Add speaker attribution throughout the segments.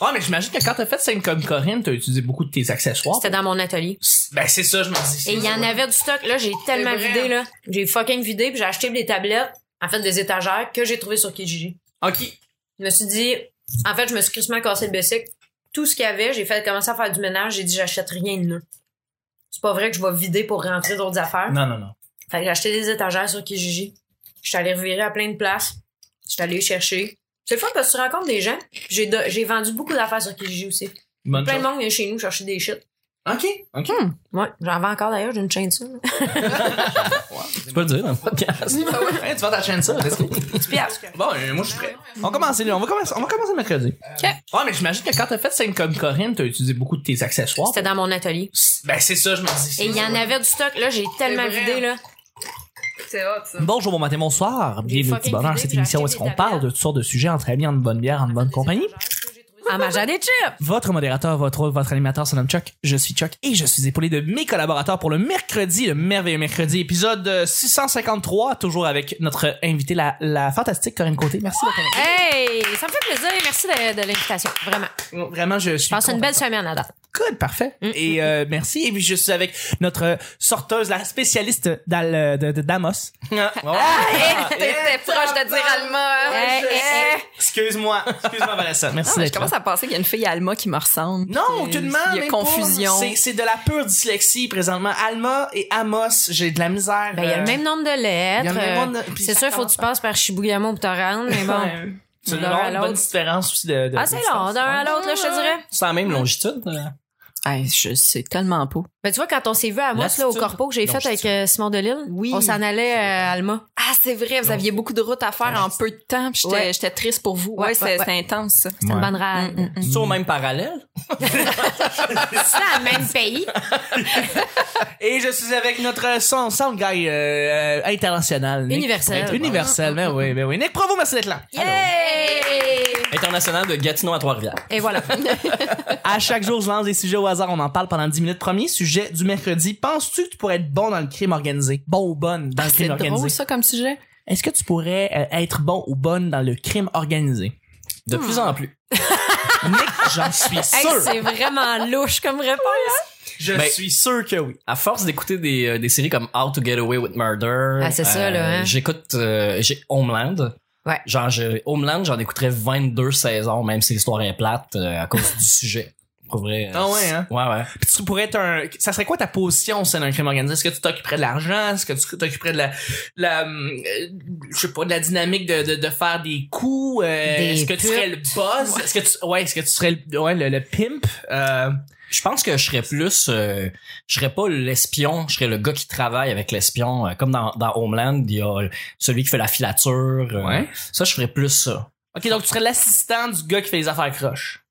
Speaker 1: Ouais, mais j'imagine que quand t'as fait scène comme Corinne, t'as utilisé beaucoup de tes accessoires.
Speaker 2: C'était dans mon atelier.
Speaker 1: Ben, c'est ça, je me dis.
Speaker 2: Et il y en avait du stock. Là, j'ai tellement
Speaker 1: vrai.
Speaker 2: vidé, là. J'ai fucking vidé, puis j'ai acheté des tablettes, en fait, des étagères que j'ai trouvées sur Kijiji.
Speaker 1: Ok.
Speaker 2: Je me suis dit, en fait, je me suis crissement cassé le bessic. Tout ce qu'il y avait, j'ai fait commencer à faire du ménage, j'ai dit, j'achète rien de neuf. C'est pas vrai que je vais vider pour rentrer d'autres affaires.
Speaker 1: Non, non, non.
Speaker 2: Fait que j'ai acheté des étagères sur Kijiji. Je suis allée revirer à plein de places. Je suis allée chercher. C'est le fun parce que tu rencontres des gens. Puis J'ai do- j'ai vendu beaucoup d'affaires sur Kijiji aussi.
Speaker 1: Bonne
Speaker 2: Plein
Speaker 1: chose.
Speaker 2: de Hmm. monde vient chez nous chercher des shit.
Speaker 1: Ok. Ok.
Speaker 2: Ouais, j'en vends encore d'ailleurs, j'ai une chaîne de ça. là.
Speaker 3: Tu peux le dire dans le podcast.
Speaker 2: Ah
Speaker 1: Hey, tu vas t'acheter ça, let's go.
Speaker 2: Petit piastre.
Speaker 1: Bon, euh, moi, je suis prêt.
Speaker 2: Ah
Speaker 3: On commence, là. On va commencer, on va commencer mercredi.
Speaker 2: Euh,
Speaker 1: Ouais, mais j'imagine que quand t'as fait scène comme Corinne, t'as utilisé beaucoup de tes accessoires.
Speaker 2: C'était dans mon atelier.
Speaker 1: Ben, c'est ça, je me dis.
Speaker 2: Oh. Et il y en avait du stock, là, j'ai tellement
Speaker 4: vrai.
Speaker 2: vidé, là.
Speaker 4: C'est hot, ça.
Speaker 3: Bonjour, bon matin, bonsoir. Bienvenue au petit bonheur. Cette émission où est-ce qu'on parle de toutes sortes de sujets entre amis, en bonne bière, en bonne compagnie.
Speaker 2: En mangeant des chips!
Speaker 3: Votre modérateur, votre hôte, votre animateur se nomme Chuck. Je suis Chuck et je suis épaulé de mes collaborateurs pour le mercredi, le merveilleux mercredi, épisode euh, 653, toujours avec notre invitée, la, la fantastique Corinne Côté. Merci d'être avec
Speaker 2: Hey! Ça me fait plaisir, merci de, de l'invitation. Vraiment.
Speaker 3: nous. Vraiment, je suis.
Speaker 2: Passe une
Speaker 3: content.
Speaker 2: belle semaine à date.
Speaker 3: Good, parfait.
Speaker 2: Mm,
Speaker 3: Et euh, merci. Et puis, je suis avec notre sorteuse, la spécialiste d'Al- de, de Damos.
Speaker 4: T'étais proche de dire
Speaker 3: Ah,
Speaker 4: Alma.
Speaker 2: Hey, hey, hey.
Speaker 3: Excuse-moi. Excuse-moi, Vanessa. Merci
Speaker 5: Ah, je
Speaker 3: d'être là.
Speaker 5: commence à penser qu'il y a une fille Alma qui me ressemble.
Speaker 3: Non,
Speaker 5: Euh,
Speaker 3: aucunement.
Speaker 5: Il y a
Speaker 3: même
Speaker 5: confusion.
Speaker 3: pas. C'est, c'est de la pure dyslexie présentement. Alma et Amos, j'ai de la misère.
Speaker 2: Ben, il y a le
Speaker 3: euh,
Speaker 2: même nombre de
Speaker 3: il y a
Speaker 2: lettres.
Speaker 3: le même nombre de-
Speaker 2: euh,
Speaker 3: puis
Speaker 2: C'est
Speaker 3: ça
Speaker 2: sûr, faut que
Speaker 3: commence
Speaker 2: tu passes par Shibuyama pour te rendre, mais bon.
Speaker 3: C'est une
Speaker 2: D'un
Speaker 3: longue-
Speaker 2: à l'autre.
Speaker 3: bonne différence aussi de. de
Speaker 2: Ah, c'est
Speaker 3: de
Speaker 2: long,
Speaker 3: distance.
Speaker 2: d'un à l'autre, là, je te dirais.
Speaker 3: C'est la même longitude. euh.
Speaker 5: Hey, je sais tellement pas.
Speaker 2: Ben, tu vois, quand on s'est vu à moi, là, au
Speaker 3: Lassitude.
Speaker 2: corpo que j'ai fait avec euh, Simon Delille,
Speaker 5: Oui.
Speaker 2: on s'en allait euh, à Alma.
Speaker 5: Ah, c'est vrai, vous aviez beaucoup de routes à faire en peu de temps, puis j'étais
Speaker 2: Ouais.
Speaker 5: j'étais triste pour vous. Ouais,
Speaker 2: Ouais,
Speaker 5: c'est
Speaker 2: ouais,
Speaker 5: c'est intense. ça.
Speaker 2: C'était une bonne rade.
Speaker 3: C'est au même parallèle.
Speaker 2: C'est dans le même pays.
Speaker 3: Et je suis avec notre son, sound guy euh, euh, international. Nick-
Speaker 2: Universel.
Speaker 3: Universel, mais oui, mais oui. Nick Provo, merci d'être là.
Speaker 2: Yay!
Speaker 6: International de Gatineau à Trois-Rivières.
Speaker 2: Et voilà.
Speaker 3: À chaque jour, je lance des sujets au hasard. On en parle pendant 10 minutes. Premier sujet du mercredi. Penses-tu que tu pourrais être bon dans le crime organisé? Bon ou bonne
Speaker 2: Ah,
Speaker 3: dans le
Speaker 5: Ah, C'est
Speaker 3: crime organisé?
Speaker 5: drôle, ça, comme sujet.
Speaker 3: Est-ce que tu pourrais euh, être bon ou bonne dans le crime organisé?
Speaker 6: De
Speaker 2: Hmm.
Speaker 6: plus en plus.
Speaker 3: Nick, j'en suis
Speaker 2: Hey,
Speaker 3: sûr.
Speaker 2: c'est vraiment louche comme réponse.
Speaker 3: Je
Speaker 6: Ben-
Speaker 3: suis sûr que oui.
Speaker 6: À force d'écouter des, euh, des séries comme How to Get Away with Murder.
Speaker 2: Ah, c'est ça, là, hein.
Speaker 6: J'écoute, euh, j'ai Homeland.
Speaker 2: Ouais.
Speaker 6: Genre, je- Homeland, j'en écouterais 22 saisons, même si l'histoire est plate, euh, à cause du sujet. Pour vrai. euh,
Speaker 3: Ah ouais, hein?
Speaker 6: Ouais, ouais.
Speaker 3: Puis tu pourrais être un. Ça serait quoi ta position au sein d'un crime organisé? Est-ce que tu t'occuperais de l'argent? Est-ce que tu t'occuperais de la. la hum, euh, je sais pas, de la dynamique de, de, de faire des coups? euh,
Speaker 2: Des
Speaker 3: est-ce que tu
Speaker 2: putes.
Speaker 3: serais le boss? Est-ce que tu. Ouais, est-ce que tu serais le, ouais, le, le pimp? Euh,
Speaker 6: Je pense que je serais plus, euh, je serais pas l'espion, je serais le gars qui travaille avec l'espion, euh, comme dans, dans Homeland, il y a celui qui fait la filature. euh,
Speaker 3: Ouais.
Speaker 6: Ça, je ferais plus ça.
Speaker 3: Ok, donc tu serais l'assistant du gars qui fait les affaires croches.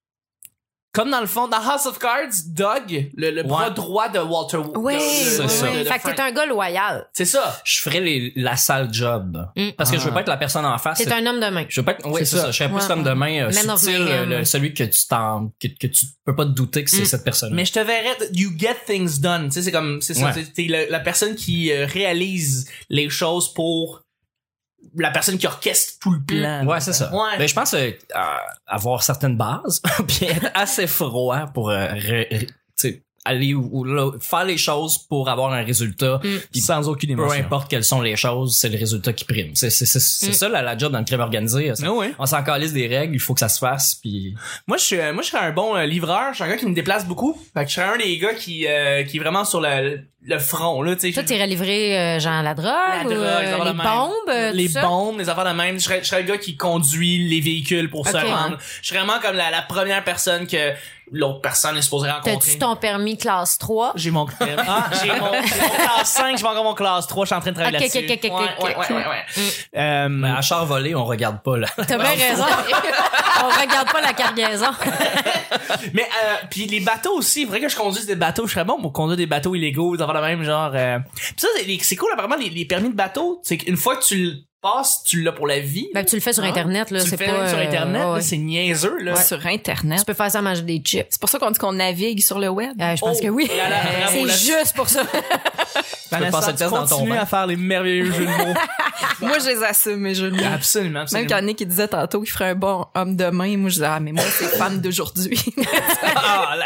Speaker 3: Comme dans le fond, dans House of Cards, Doug, le, le bras droit de Walter Wood.
Speaker 5: Ouais,
Speaker 3: de- de-
Speaker 6: ouais,
Speaker 3: de-
Speaker 6: ouais.
Speaker 3: de- de
Speaker 2: Fait que
Speaker 3: Frank.
Speaker 2: t'es un gars loyal.
Speaker 3: C'est ça.
Speaker 6: Je ferais les, la sale job.
Speaker 2: Mm.
Speaker 6: Parce que je veux
Speaker 3: Ah.
Speaker 6: pas être la personne en face.
Speaker 2: T'es un homme de main.
Speaker 6: Je veux pas être, ouais,
Speaker 3: C'est
Speaker 6: c'est
Speaker 3: ça.
Speaker 6: ça. Je serais plus
Speaker 5: Ouais.
Speaker 6: comme demain, euh,
Speaker 2: Man of
Speaker 6: subtil,
Speaker 2: Mayhem.
Speaker 6: le- celui que tu t'en, que, que tu peux pas te douter que c'est
Speaker 2: hein. Mm.
Speaker 6: cette personne.
Speaker 3: Mais je te verrais, you get things done. Tu sais, c'est comme, c'est ça.
Speaker 6: Ouais.
Speaker 3: t'es- T'es la, la personne qui euh, réalise les choses pour la personne qui orchestre tout le plan.
Speaker 6: Ouais, c'est ça.
Speaker 3: Ouais.
Speaker 6: Mais je pense euh, euh, avoir certaines bases, puis être assez froid pour euh, ré- ré- tu sais, aller où, où là, faire les choses pour avoir un résultat.
Speaker 2: Mm.
Speaker 6: Puis
Speaker 3: sans aucune
Speaker 6: Peu importe quelles sont les choses, c'est le résultat qui prime. C'est c'est- c'est- c'est
Speaker 2: Mm.
Speaker 6: ça la, la job dans le crime organisé.
Speaker 3: Ah ouais.
Speaker 6: On s'en calisse des règles, il faut que ça se fasse. Puis
Speaker 3: Moi, je suis, euh, moi, je serais un bon euh, livreur. Je suis un gars qui me déplace beaucoup. Fait que je serais un des gars qui, euh, qui est vraiment sur le, le front, là, tu sais.
Speaker 2: Toi, t'es relivré, euh, genre, la drogue,
Speaker 3: La
Speaker 2: ou,
Speaker 3: drogue,
Speaker 2: euh,
Speaker 3: les affaires de
Speaker 2: les
Speaker 3: même.
Speaker 2: bombes, euh,
Speaker 3: les
Speaker 2: tout ça?
Speaker 3: bombes, les affaires de même. Je serais, je serais le gars qui conduit les véhicules pour se
Speaker 2: Ok.
Speaker 3: rendre. Je serais vraiment comme la, la première personne que l'autre personne est supposée rencontrer.
Speaker 2: T'as-tu ton permis classe 3?
Speaker 3: J'ai mon Ah, j'ai mon, j'ai mon classe 5, je vais encore mon classe 3, je suis en train de travailler
Speaker 2: Ok,
Speaker 3: là-dessus.
Speaker 2: ok, ok, ok,
Speaker 3: Ouais, ouais,
Speaker 2: ok. Ben,
Speaker 3: ouais, ouais, ouais. Euh,
Speaker 6: mais à char volé, on regarde pas là.
Speaker 2: T'as bien raison. On regarde pas la cargaison.
Speaker 3: mais euh, puis les bateaux aussi, vrai que je conduise des bateaux, je serais bon pour conduire des bateaux illégaux, d'avoir le même genre euh. Puis ça c'est- c'est cool apparemment les, les permis de bateau, c'est qu'une fois que tu le passes, tu l'as pour la vie.
Speaker 2: Ben, tu le fais sur
Speaker 3: Hein?
Speaker 2: Internet, là.
Speaker 3: tu le
Speaker 2: C'est
Speaker 3: fais
Speaker 2: pas.
Speaker 3: même sur
Speaker 2: euh,
Speaker 3: internet,
Speaker 2: ouais,
Speaker 3: là,
Speaker 2: ouais.
Speaker 3: c'est niaiseux là.
Speaker 5: Sur
Speaker 2: Tu
Speaker 5: Internet.
Speaker 2: peux faire ça manger des chips.
Speaker 5: C'est pour ça qu'on dit qu'on navigue sur le web.
Speaker 2: Euh, je pense
Speaker 3: Oh,
Speaker 2: que oui.
Speaker 3: là, là, bravo,
Speaker 2: c'est
Speaker 3: là.
Speaker 2: juste pour ça.
Speaker 3: Vanessa,
Speaker 6: passer le test dans ton
Speaker 3: continue
Speaker 6: bain.
Speaker 3: à faire les merveilleux jeux de mots.
Speaker 5: moi, je les assume, mais je le
Speaker 3: Absolument,
Speaker 5: Même
Speaker 3: absolument.
Speaker 5: qu'il y en a qui disaient tantôt qu'il ferait un bon homme demain, moi je disais, ah, mais moi, c'est femme d'aujourd'hui.
Speaker 6: Ah, là,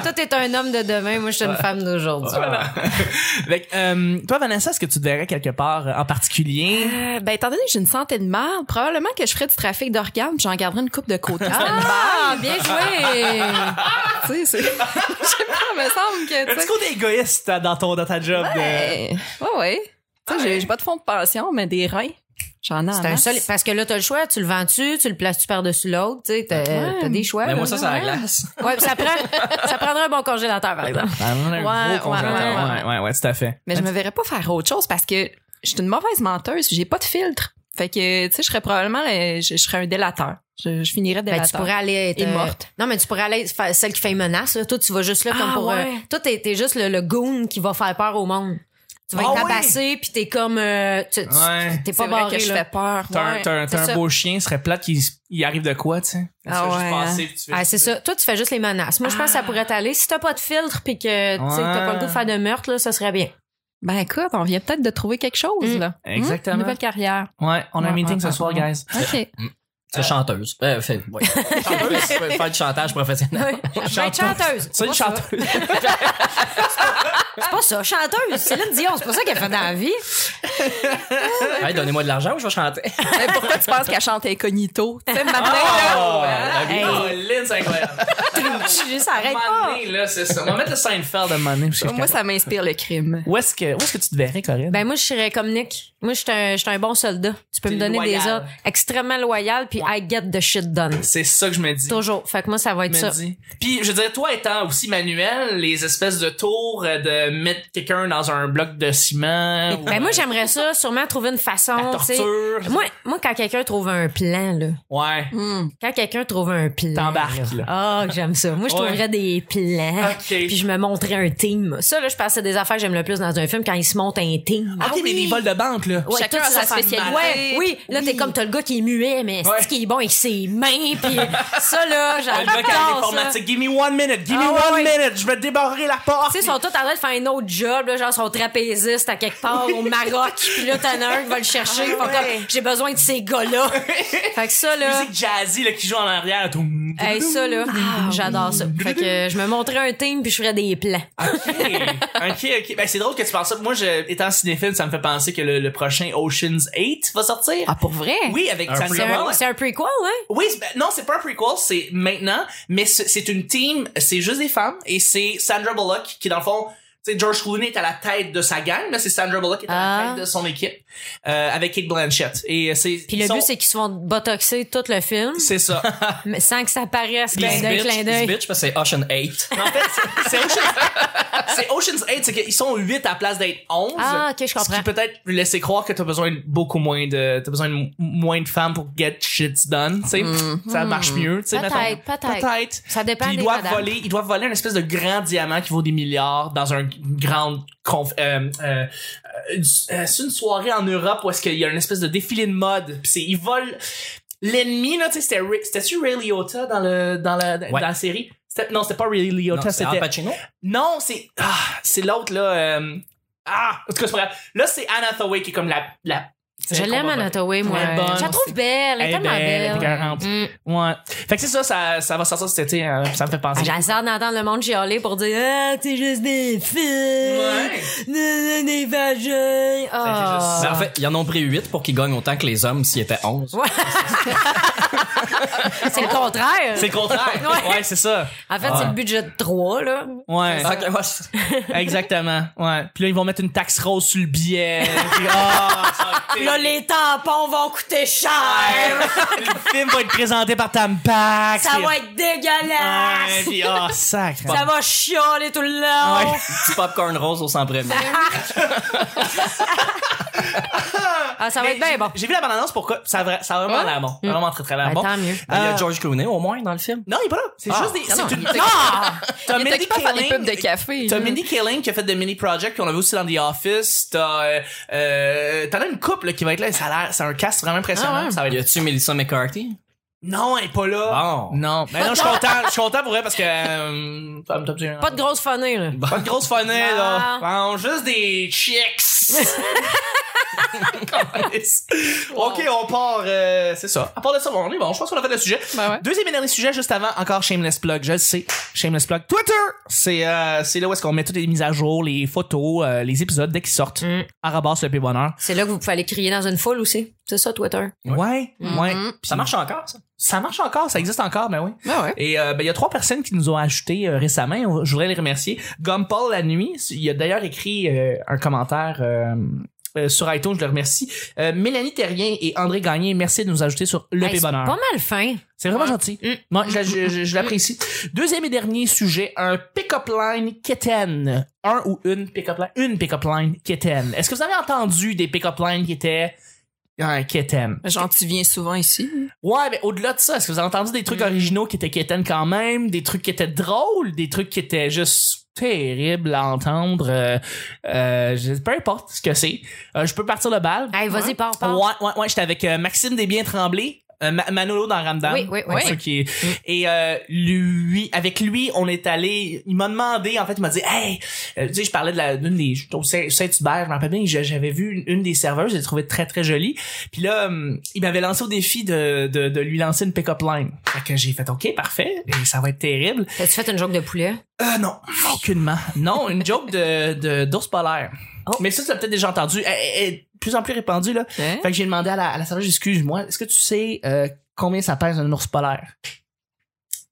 Speaker 2: Toi, t'es un homme de demain, moi, je suis une femme d'aujourd'hui.
Speaker 3: Fait que, euh, toi, Vanessa, est-ce que tu te verrais quelque part euh, en particulier?
Speaker 5: Euh, ben, étant donné que j'ai une santé de mal, probablement que je ferais du trafic d'organes, puis j'en garderais une coupe de côté.
Speaker 2: Ah, bien joué!
Speaker 5: tu sais, c'est. je sais pas, il me semble que. tu
Speaker 3: Est-ce
Speaker 5: sais,
Speaker 3: qu'on est égoïste euh, dans, ton, dans ta job? de-
Speaker 5: ben, ouais, ouais. Tu sais, j'ai- j'ai pas de fonds de pension, mais des reins. J'en ai. en
Speaker 2: C'est un
Speaker 5: masse.
Speaker 2: seul. Parce que là, t'as le choix, tu le vends-tu, tu le places-tu par-dessus l'autre, tu sais, t'as
Speaker 5: Ouais.
Speaker 2: t'as des choix.
Speaker 6: Mais
Speaker 2: là.
Speaker 6: moi, ça, c'est la glace.
Speaker 2: Ouais, ça prend, ça prendrait un bon congélateur, par exemple.
Speaker 3: Ah, on a un
Speaker 5: Ouais,
Speaker 3: gros
Speaker 5: ouais,
Speaker 3: congélateur.
Speaker 5: ouais,
Speaker 3: ouais, ouais, ouais, tout à fait.
Speaker 5: Mais je me verrais pas faire autre chose parce que je suis une mauvaise menteuse, j'ai pas de filtre. Fait que, tu sais, je serais probablement, le- je, je serais un délateur. Je, je finirais
Speaker 2: Ben,
Speaker 5: délateur.
Speaker 2: tu pourrais aller être
Speaker 5: Et
Speaker 2: euh,
Speaker 5: morte.
Speaker 2: Non, mais tu pourrais aller faire celle qui fait une menace. Là. Toi, tu vas juste là comme
Speaker 5: Ah,
Speaker 2: pour. euh,
Speaker 5: ouais.
Speaker 2: toi, t'es, t'es juste le, le goon qui va faire peur au monde. Tu vas
Speaker 3: Ah,
Speaker 2: être
Speaker 3: ouais.
Speaker 2: tabassé, puis t'es comme. euh, tu- tu-
Speaker 3: Ouais.
Speaker 2: T'es pas
Speaker 5: C'est vrai
Speaker 2: barré,
Speaker 5: que je
Speaker 2: là.
Speaker 5: fais peur.
Speaker 3: T'as un,
Speaker 5: ouais.
Speaker 3: t'as un- t'as
Speaker 2: c'est
Speaker 3: un
Speaker 2: ça.
Speaker 3: beau chien, serait plate qu'il s- il arrive de quoi, tu sais? Tu
Speaker 5: Ah
Speaker 3: vas juste
Speaker 5: ouais,
Speaker 3: passer, puis tu fais-
Speaker 2: Ah, c'est ça. Toi, tu fais juste les menaces. Moi, je pense que ça pourrait t'aller. Si t'as pas de filtre, puis que tu sais,
Speaker 3: Ouais.
Speaker 2: t'as pas le goût de faire de meurtre, là, ça serait bien.
Speaker 5: Ben écoute, on vient peut-être de trouver quelque chose,
Speaker 2: Mm.
Speaker 5: là.
Speaker 3: Exactement.
Speaker 5: Une Hmm? nouvelle carrière.
Speaker 3: Ouais, on a un
Speaker 5: Ouais,
Speaker 3: meeting
Speaker 5: ouais,
Speaker 3: ce
Speaker 5: ouais,
Speaker 3: soir,
Speaker 5: ouais.
Speaker 3: guys.
Speaker 5: OK.
Speaker 6: C'est chanteuse. Euh, fait, ouais. chanteuse, faire du chantage professionnel.
Speaker 2: Ben, chanteuse.
Speaker 3: C'est une
Speaker 2: pas ça.
Speaker 3: chanteuse.
Speaker 2: C'est pas ça. Chanteuse. Céline Dion, c'est pas ça qu'elle fait dans la vie.
Speaker 6: Hey, donnez-moi de l'argent ou je vais chanter.
Speaker 5: Mais pourquoi tu penses qu'elle chante incognito? Ah! Tu sais, le matin,
Speaker 3: Oh,
Speaker 5: là.
Speaker 3: la vie. Oh, Lynn, c'est incroyable.
Speaker 2: Ça arrête
Speaker 3: Un
Speaker 2: pas.
Speaker 3: moment donné, là, c'est ça. On va mettre le Seinfeld à un moment donné, parce que je
Speaker 5: Moi, ça m'inspire le crime.
Speaker 3: Où est-ce que, où est-ce que tu te verrais, Corinne?
Speaker 2: Ben moi je serais comme Nick. Moi je suis un, je suis un bon soldat. Tu peux me donner des
Speaker 3: loyal.
Speaker 2: ordres extrêmement loyal puis I get the shit done.
Speaker 3: c'est ça que je me dis.
Speaker 2: Toujours. Fait que moi ça va être
Speaker 3: Je
Speaker 2: ça.
Speaker 3: me dis. Puis je dirais, toi étant aussi manuel, les espèces de tours euh, de mettre quelqu'un dans un bloc de ciment. ou,
Speaker 2: Ben moi
Speaker 3: euh,
Speaker 2: j'aimerais ça sûrement trouver une façon,
Speaker 3: la
Speaker 2: tu sais.
Speaker 3: torture.
Speaker 2: Moi moi quand quelqu'un trouve un plan là,
Speaker 3: Ouais.
Speaker 2: quand quelqu'un trouve un plan,
Speaker 3: T'embarques, là.
Speaker 2: Ah, que j'aime ça. Moi je
Speaker 3: Ouais.
Speaker 2: trouverais des plans.
Speaker 3: Ok.
Speaker 2: Puis je me montrais un team. Ça là je pensais des affaires que j'aime le plus dans un film quand il se monte un team.
Speaker 3: Ah, ok, mais les vols de banque, là.
Speaker 2: Ouais,
Speaker 5: Chacun
Speaker 2: tout
Speaker 5: a
Speaker 2: ça,
Speaker 5: sa
Speaker 2: ça me
Speaker 5: spécialité.
Speaker 2: marque. Ouais, oui, là t'es comme t'as le gars qui est muet mais
Speaker 3: Ouais.
Speaker 2: c'est qui est bon avec ses mains puis ça là,
Speaker 3: Le gars qui a
Speaker 2: j'adore ça.
Speaker 3: l'informatique. Give me one minute. Give me
Speaker 2: Ah,
Speaker 3: one
Speaker 2: ouais,
Speaker 3: minute. Je vais débarrer la porte.
Speaker 2: Tu sais, ils sont tous en train de faire un autre job, là, genre, ils sont trapézistes à quelque part au Maroc, puis là, t'en as un qui va le chercher. Fait que, J'ai besoin de ces gars-là. fait que ça, Euh. là,
Speaker 3: musique jazzy, là, qui joue en arrière. Toum, toum,
Speaker 2: hey, ça, là, mm, j'adore ça. Fait que euh, je me montrais un team, puis je ferais des plans.
Speaker 3: ok, ok. Ben, c'est drôle que tu penses ça. Moi, je, étant cinéphile, ça me fait penser que le, le prochain Ocean's 8 va sortir.
Speaker 5: Ah, pour vrai?
Speaker 3: Oui, avec
Speaker 6: Un
Speaker 3: Sam
Speaker 2: C'est
Speaker 3: Rockwell.
Speaker 2: un, c'est un prequel, hein?
Speaker 3: Oui, c'est- ben, non, c'est pas un prequel, c'est maintenant, mais c'est c'est une team, c'est juste des femmes, et c'est Sandra Bullock qui, dans le fond, tu sais, George Clooney est à la tête de sa gang, mais c'est Sandra Bullock qui est à la
Speaker 2: Ah.
Speaker 3: tête de son équipe, euh, avec Kate Blanchett. Et euh, c'est...
Speaker 2: Puis le
Speaker 3: ils
Speaker 2: but,
Speaker 3: sont-
Speaker 2: c'est qu'ils se font botoxer tout le film,
Speaker 3: C'est ça.
Speaker 2: mais sans que ça paraisse.
Speaker 6: Ils
Speaker 2: Clin
Speaker 6: se
Speaker 2: d'œil,
Speaker 6: bitch,
Speaker 2: clin
Speaker 6: ils se
Speaker 2: d'œil.
Speaker 6: bitch parce que c'est Ocean 8.
Speaker 3: Mais en fait, c'est- c'est Ocean's, c'est Ocean's 8, c'est qu'ils sont 8 à la place d'être 11.
Speaker 2: Ah, ok, je
Speaker 3: Ce
Speaker 2: comprends.
Speaker 3: qui peut-être laisser croire que t'as besoin de beaucoup moins de, t'as besoin de m- moins de femmes pour get shit done, tu sais. Ça marche mieux, tu sais.
Speaker 2: Mm-hmm. Peut-être,
Speaker 3: mettons.
Speaker 2: peut-être.
Speaker 3: Peut-être.
Speaker 2: Ça dépend
Speaker 3: Puis ils
Speaker 2: des
Speaker 3: doivent
Speaker 2: madames.
Speaker 3: voler, ils doivent voler un espèce de grand diamant qui vaut des milliards dans un grand conf, euh, euh, euh, c'est une soirée en Europe où est-ce qu'il y a une espèce de défilé de mode. Puis c'est, ils volent l'ennemi là, tu sais, c'était Ray- c'était-tu Ray Liotta dans le dans la dans
Speaker 6: Ouais.
Speaker 3: la série. C'était- Non, c'était pas Ray Liotta,
Speaker 6: Non, c'est Al
Speaker 3: c'était
Speaker 6: Pacino.
Speaker 3: non, c'est ah, c'est l'autre là. euh, Ah, en tout cas c'est pas grave. Là c'est Anna Hathaway qui est comme la la.
Speaker 2: Je l'aime, Anna Hathaway, moi.
Speaker 3: Elle est bonne.
Speaker 2: Je la trouve belle, elle est
Speaker 3: Elle est
Speaker 2: tellement
Speaker 3: belle, elle est
Speaker 2: belle.
Speaker 3: écœurante.
Speaker 2: Mm.
Speaker 3: Ouais. Fait que c'est ça, ça, ça va sortir cet été. hein, ça me fait penser.
Speaker 2: Ah, J'ai hâte d'entendre le monde chialer pour dire Ah, c'est juste des filles!
Speaker 3: Ouais.
Speaker 2: Nan, nan, Des vagins! Ah.
Speaker 6: Ben, en fait, ils en ont pris 8 pour qu'ils gagnent autant que les hommes s'ils étaient 11.
Speaker 2: c'est le contraire!
Speaker 3: C'est le contraire. ouais, c'est ça.
Speaker 2: En fait, c'est le budget de 3, là.
Speaker 3: Ouais,
Speaker 6: Ok, ouais, c'est-
Speaker 3: exactement. Ouais. Puis là ils vont mettre une taxe rose sur le billet. Puis, ah, ça va être-
Speaker 2: Puis là, les tampons vont coûter cher!
Speaker 3: le film va être présenté par Tampax.
Speaker 2: Ça
Speaker 3: Puis-
Speaker 2: va être dégueulasse!
Speaker 3: Ouais, puis ah, sacre.
Speaker 2: Ça va chialer tout le long!
Speaker 3: Ouais.
Speaker 6: Petit popcorn rose au 100 premiers.
Speaker 2: Ah, ça va être bien bon.
Speaker 3: J'ai vu la bande-annonce pourquoi ça, a vra- ça a vraiment l'air bon. Vraiment très très l'air
Speaker 2: Ben,
Speaker 3: bon.
Speaker 2: tant mieux.
Speaker 6: Il y a
Speaker 3: Euh,
Speaker 6: George Clooney au moins dans le film.
Speaker 3: Non, il est pas là. C'est juste des. C'est une.
Speaker 2: Ah!
Speaker 3: T'as
Speaker 5: Mais
Speaker 3: Mindy
Speaker 5: t'as pas faire des
Speaker 3: Kaling-
Speaker 5: pubs de café.
Speaker 3: T'as
Speaker 5: là.
Speaker 3: Mindy Kaling qui a fait de mini project puis on l'a vu aussi dans The Office. T'as euh, euh, t'en as une couple là, qui va être là. Ça a l'air, c'est un cast vraiment impressionnant. Ça va être-
Speaker 6: Y a-tu Melissa McCarthy?
Speaker 3: Non, elle est pas là.
Speaker 6: Bon.
Speaker 3: Ah. Non, mais non, je suis content, je suis content pour elle parce que euh, ça me tape sur-
Speaker 2: Pas de grosse funée, là.
Speaker 3: pas de grosse funnée,
Speaker 2: Ah.
Speaker 3: là. Bon, juste des chicks. ok, on part. euh, c'est ça. À part de ça, bon, on est bon. Je pense qu'on a fait le sujet.
Speaker 5: Ben ouais.
Speaker 3: Deuxième et dernier sujet, juste avant, encore Shameless Plug. Je le sais. Shameless Plug. Twitter! C'est euh, c'est là où est-ce qu'on met toutes les mises à jour, les photos, euh, les épisodes dès qu'ils sortent.
Speaker 2: Mm.
Speaker 3: Arabas le P bonheur.
Speaker 2: C'est là que vous pouvez aller crier dans une foule aussi. C'est ça, Twitter.
Speaker 3: Ouais, ouais.
Speaker 4: Mhm.
Speaker 6: Ça marche encore, ça?
Speaker 3: Ça marche encore, ça existe encore, ben oui.
Speaker 5: Ben ouais.
Speaker 3: Et euh, ben, il y a trois personnes qui nous ont ajouté euh, récemment. On- Je voudrais les remercier. Gumpal la nuit, il a d'ailleurs écrit euh, un commentaire euh, euh, sur iTunes. Je le remercie. Euh, Mélanie Terrien et André Gagné, merci de nous ajouter sur Le
Speaker 2: Hey,
Speaker 3: P
Speaker 2: c'est pas Mm.
Speaker 3: Bonheur.
Speaker 2: mal fin.
Speaker 3: C'est vraiment gentil. Moi, je, je- je- je l'apprécie. Deuxième et dernier sujet, un pick-up line kitten. Un ou une pick-up line? Une pick-up line kitten. Est-ce que vous avez entendu des pick-up lines qui étaient euh, un kitten?
Speaker 5: Genre, tu viens souvent ici.
Speaker 3: Ouais, mais au-delà de ça, est-ce que vous avez entendu des
Speaker 2: Hmm.
Speaker 3: trucs originaux qui étaient quétaines quand même, des trucs qui étaient drôles, des trucs qui étaient juste terribles à entendre? euh, euh, je- peu importe ce que c'est. Euh, je peux partir le bal.
Speaker 2: Hey, vas-y, pars, pars.
Speaker 3: Ouais, ouais, ouais. J'étais avec euh, Maxime Desbiens Tremblay. euh, Ma- Manolo dans Ramdam.
Speaker 2: Oui, oui, oui.
Speaker 3: Pour ceux qui- Et euh, lui, avec lui, on est allé. Il m'a demandé, en fait, il m'a dit, hey, euh, tu sais, je parlais de la, d'une des, j'étais au Saint- Saint-Hubert, je m'en rappelle bien, j'a- j'avais vu une, une des serveuses, j'ai trouvé très très jolie. Puis là, hum, il m'avait lancé au défi de, de, de lui lancer une pick-up line. Fait que j'ai fait, ok, parfait, et ça va être terrible.
Speaker 2: T'as-tu fait une joke de poulet?
Speaker 3: Euh, non, aucunement. Non, une joke de de- d'ours polaire.
Speaker 2: Oh.
Speaker 3: Mais ça, tu l'as peut-être déjà entendu. Elle- Elle elle est de plus en plus répandue, là.
Speaker 5: Hein?
Speaker 3: Fait que j'ai demandé à la, à la serveuse, excuse-moi, est-ce que tu sais euh, combien ça pèse un ours polaire? Puis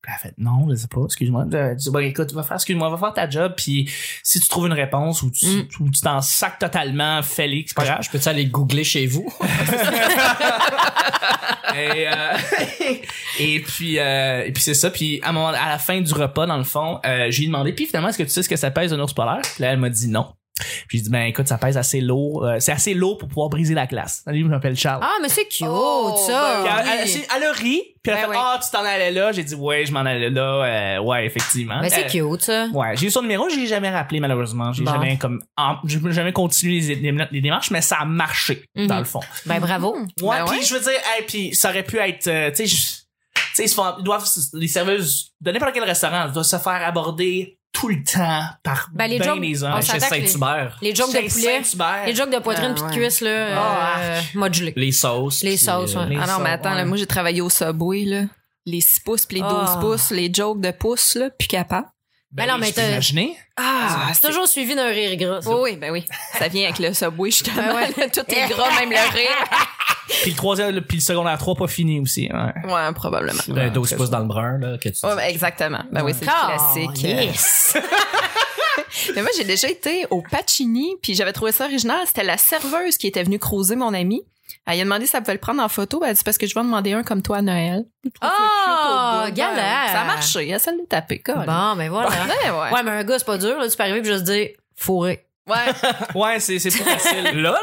Speaker 3: Elle a fait, non, je sais pas, excuse-moi. Elle dit, bon, écoute, va faire, excuse-moi, va faire ta job, puis si tu trouves une réponse ou tu
Speaker 2: Mm.
Speaker 3: ou tu t'en sacs totalement, Félix, c'est pas grave.
Speaker 6: Je peux-tu aller googler chez vous?
Speaker 3: et, euh, et puis euh, et puis c'est ça puis à, un moment- à la fin du repas dans le fond euh, je lui ai demandé puis finalement est-ce que tu sais ce que ça pèse un ours polaire puis là elle m'a dit non puis j'ai dit ben écoute ça pèse assez lourd euh, c'est assez lourd pour pouvoir briser la glace lui je m'appelle Charles
Speaker 2: Ah, mais c'est cute,
Speaker 4: Oh,
Speaker 2: ça.
Speaker 3: Puis elle,
Speaker 5: oui.
Speaker 3: elle- c'est- elle a ri puis elle a
Speaker 5: Ben
Speaker 3: fait
Speaker 5: oui.
Speaker 3: ah tu t'en allais là j'ai dit ouais je m'en allais là euh, ouais effectivement
Speaker 2: Mais Ben, c'est
Speaker 3: Euh,
Speaker 2: cute, ça.
Speaker 3: Ouais, j'ai eu son numéro, j'ai jamais rappelé malheureusement, j'ai
Speaker 2: Bon.
Speaker 3: jamais comme en- j'ai jamais continué les, les- les démarches mais ça a marché
Speaker 2: Mhm.
Speaker 3: dans le fond.
Speaker 2: Ben, bravo.
Speaker 3: Ouais,
Speaker 5: Ben
Speaker 3: puis
Speaker 5: ouais.
Speaker 3: je veux dire, hey, puis ça aurait pu être, euh, tu sais, je- tu sais, ils se font, ils doivent, les serveuses de n'importe quel restaurant doivent se faire aborder tout le temps par
Speaker 2: Ben, les
Speaker 3: ben
Speaker 2: jokes-
Speaker 3: les
Speaker 2: on
Speaker 3: hommes.
Speaker 6: chez
Speaker 2: s'attaque les-
Speaker 6: Saint-Hubert.
Speaker 2: Les jokes de poulet,
Speaker 3: Saint-Hubert.
Speaker 2: les jokes de poitrine
Speaker 5: Ah,
Speaker 2: puis de
Speaker 5: ouais.
Speaker 2: cuisse, là,
Speaker 3: Ah,
Speaker 2: euh,
Speaker 3: arc.
Speaker 2: modulés.
Speaker 6: Les sauces.
Speaker 2: Les
Speaker 6: puis,
Speaker 2: sauces, ouais.
Speaker 6: euh,
Speaker 5: Ah non, mais
Speaker 3: ça,
Speaker 5: attends,
Speaker 3: ouais.
Speaker 5: là, moi, j'ai travaillé au Subway, là. Les 6 pouces, puis les 12
Speaker 2: Ah.
Speaker 5: pouces, les jokes de pouces, là, puis capable.
Speaker 3: Ben,
Speaker 2: Ben non,
Speaker 3: oui,
Speaker 2: mais
Speaker 3: je peux
Speaker 2: t'as-
Speaker 3: imaginer.
Speaker 5: Ah,
Speaker 2: C'est toujours suivi d'un rire gras. ça.
Speaker 5: Oui, oui, ben oui. Ça vient avec le Subway, justement.
Speaker 2: Ben ouais.
Speaker 5: Tout est gras, même le rire.
Speaker 3: Puis le troisième, le- puis le secondaire 3 pas fini aussi. hein. Ouais.
Speaker 5: Ouais, probablement.
Speaker 6: Un 12 pouces dans le brun, là, que tu dis.
Speaker 5: Ouais, ben, exactement. Ben oui, c'est le classique.
Speaker 2: Ah, Yes.
Speaker 5: Mais moi, j'ai déjà été au Pacini, puis j'avais trouvé ça original. C'était la serveuse qui était venue croiser mon ami. Elle lui a demandé si elle pouvait le prendre en photo. Ben, Elle a dit parce que je vais en demander un comme toi à Noël.
Speaker 2: Ah,
Speaker 5: Photo de-
Speaker 2: galère.
Speaker 5: Ben, Ça a marché. Elle s'est tapée, quoi.
Speaker 2: Bon, ben voilà.
Speaker 5: Ben ouais.
Speaker 2: Ouais, mais un gars, c'est pas dur. Là, tu peux arriver et juste dire fourré.
Speaker 5: Ouais.
Speaker 3: Ouais, c'est c'est plus facile.
Speaker 2: ben,
Speaker 3: là, là.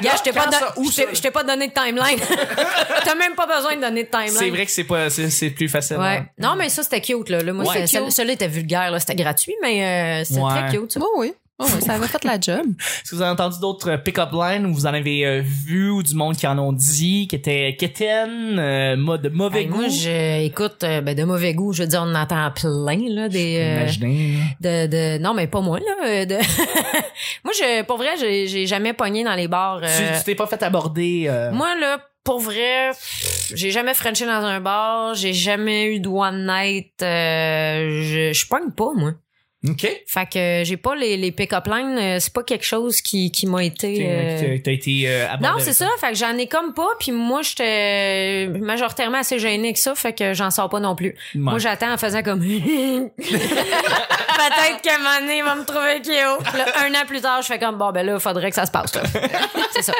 Speaker 2: Gars, je t'ai pas,
Speaker 3: quand
Speaker 2: don-
Speaker 3: ça, où
Speaker 2: je t'ai-
Speaker 3: ça?
Speaker 2: je t'ai pas donné de timeline. T'as même pas besoin de donner de timeline.
Speaker 3: C'est vrai que c'est pas c'est c'est plus facile.
Speaker 2: Ouais.
Speaker 3: hein.
Speaker 2: Non, mais ça, c'était cute, là. Là, moi,
Speaker 3: Ouais,
Speaker 2: c'est- celle-
Speaker 5: cute.
Speaker 2: celui-là était vulgaire, là. C'était gratuit, mais euh, c'était
Speaker 3: Ouais.
Speaker 2: très cute, ça.
Speaker 5: Oui, oui. Oh, oui, ça avait fait la job.
Speaker 3: Est-ce que vous avez entendu d'autres euh, pick-up lines ou vous en avez euh, vu ou du monde qui en ont dit, qui étaient quétaines, euh, mode de mauvais
Speaker 2: Ben,
Speaker 3: goût?
Speaker 2: moi, je, écoute, euh, ben, de mauvais goût, je veux dire, on en entend plein, là, des, euh,
Speaker 3: Imaginez, là.
Speaker 2: de, de, non, mais pas moi, là, euh, de- moi, je, pour vrai, j'ai, j'ai jamais pogné dans les bars,
Speaker 3: Tu-
Speaker 2: euh,
Speaker 3: Tu t'es pas fait aborder. euh,
Speaker 2: moi, là, pour vrai, pff, j'ai jamais frenché dans un bar, j'ai jamais eu de one night, euh, je, je pogne pas, moi.
Speaker 3: OK.
Speaker 2: Fait que euh, j'ai pas les, les pick-up lines, euh, c'est pas quelque chose qui, qui m'a été, euh,
Speaker 3: T'as t'as été euh, abordé.
Speaker 2: Non,
Speaker 3: avec
Speaker 2: c'est ça. Fait que j'en ai comme pas. Puis moi, j'étais majoritairement assez gênée que ça. Fait que j'en sors pas non plus.
Speaker 3: Ouais.
Speaker 2: Moi, j'attends en faisant comme... Peut-être qu'à un moment donné, il va me trouver Kyo. Puis là, un an plus tard, je fais comme... Bon, ben là, faudrait que ça se passe. là. c'est ça.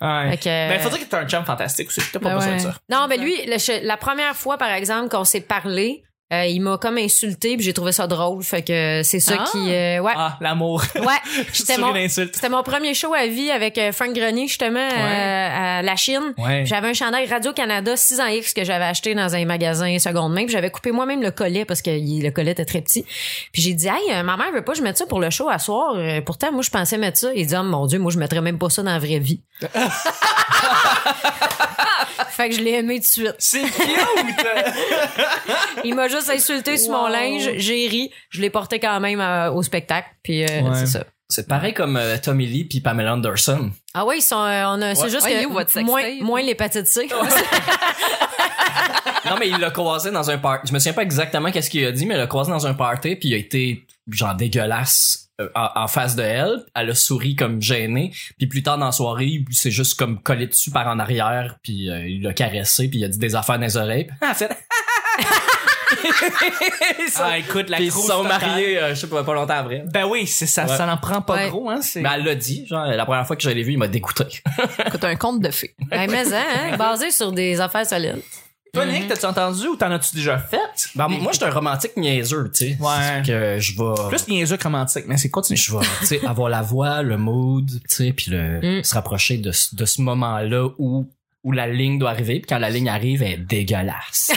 Speaker 3: Ouais.
Speaker 2: Fait que, euh,
Speaker 3: Ben, faut dire que t'as un chum fantastique aussi. T'as pas
Speaker 5: Ben
Speaker 3: besoin
Speaker 5: ouais.
Speaker 3: de ça.
Speaker 2: Non, ben lui, le- je- la première fois, par exemple, qu'on s'est parlé... euh, il m'a comme insulté puis j'ai trouvé ça drôle fait que c'est ça
Speaker 5: Ah.
Speaker 2: qui euh, ouais
Speaker 3: Ah, l'amour.
Speaker 2: ouais
Speaker 3: C'est
Speaker 2: j'étais mon
Speaker 3: une insulte.
Speaker 2: c'était mon premier show à vie avec euh, Frank Grenier justement euh, à la Chine
Speaker 3: Ouais.
Speaker 2: J'avais un chandail Radio-Canada 6 en X que j'avais acheté dans un magasin seconde main. Puis j'avais coupé moi-même le collet parce que il- le collet était très petit. Puis j'ai dit, hey, euh, ma mère veut pas que je mette ça pour le show à soir. Euh, Pourtant, moi, je pensais mettre ça. Il dit, oh mon Dieu, moi, je mettrais même pas ça dans la vraie vie. fait que je l'ai aimé tout de suite.
Speaker 3: C'est cute!
Speaker 2: Il m'a juste insulté sur mon linge. J'ai ri. Je l'ai porté quand même euh, au spectacle. Puis euh,
Speaker 3: Ouais.
Speaker 2: c'est ça.
Speaker 6: C'est pareil comme euh, Tommy Lee puis Pamela Anderson.
Speaker 2: Ah ouais, ils sont, euh, on a, c'est
Speaker 6: Ouais.
Speaker 2: juste
Speaker 5: Ouais,
Speaker 2: que
Speaker 5: you, votre sextape.
Speaker 2: moins, moins l'hépatite C.
Speaker 6: Non, mais il l'a croisé dans un party. Je me souviens pas exactement qu'est-ce qu'il a dit, mais il l'a croisé dans un party, puis il a été, genre, dégueulasse euh, en, en face de elle. Elle a souri comme gênée. Puis plus tard dans la soirée, c'est juste comme collé dessus par en arrière, puis euh, il l'a caressé, puis il a dit des affaires dans les oreilles. Puis, ah, elle fait... ils sont,
Speaker 3: Ah, écoute, la
Speaker 6: puis ils
Speaker 3: grosse
Speaker 6: sont
Speaker 3: totale.
Speaker 6: mariés, euh, je sais pas, pas longtemps après.
Speaker 3: Ben oui, c'est ça,
Speaker 6: Ouais. Ben,
Speaker 3: ça n'en prend pas
Speaker 2: Ouais.
Speaker 3: gros, hein. C'est...
Speaker 6: Mais elle l'a dit, genre, la première fois que je l'ai vu, il m'a dégoûté.
Speaker 5: C'est un conte de fées.
Speaker 2: Ben, mais hein, hein, basé sur des affaires solides.
Speaker 3: Toi, Nick, t'as-tu entendu ou t'en as-tu déjà fait?
Speaker 6: Ben, moi, je suis un romantique niaiseux, tu sais.
Speaker 3: Ouais.
Speaker 6: C'est que je vais...
Speaker 3: Plus niaiseux que romantique, mais c'est continue.
Speaker 6: je vais tu sais, avoir la voix, le mood, tu sais, puis le,
Speaker 2: Mm.
Speaker 6: se rapprocher de, ce- de ce moment-là où, où la ligne doit arriver. Puis quand la ligne arrive, elle est dégueulasse.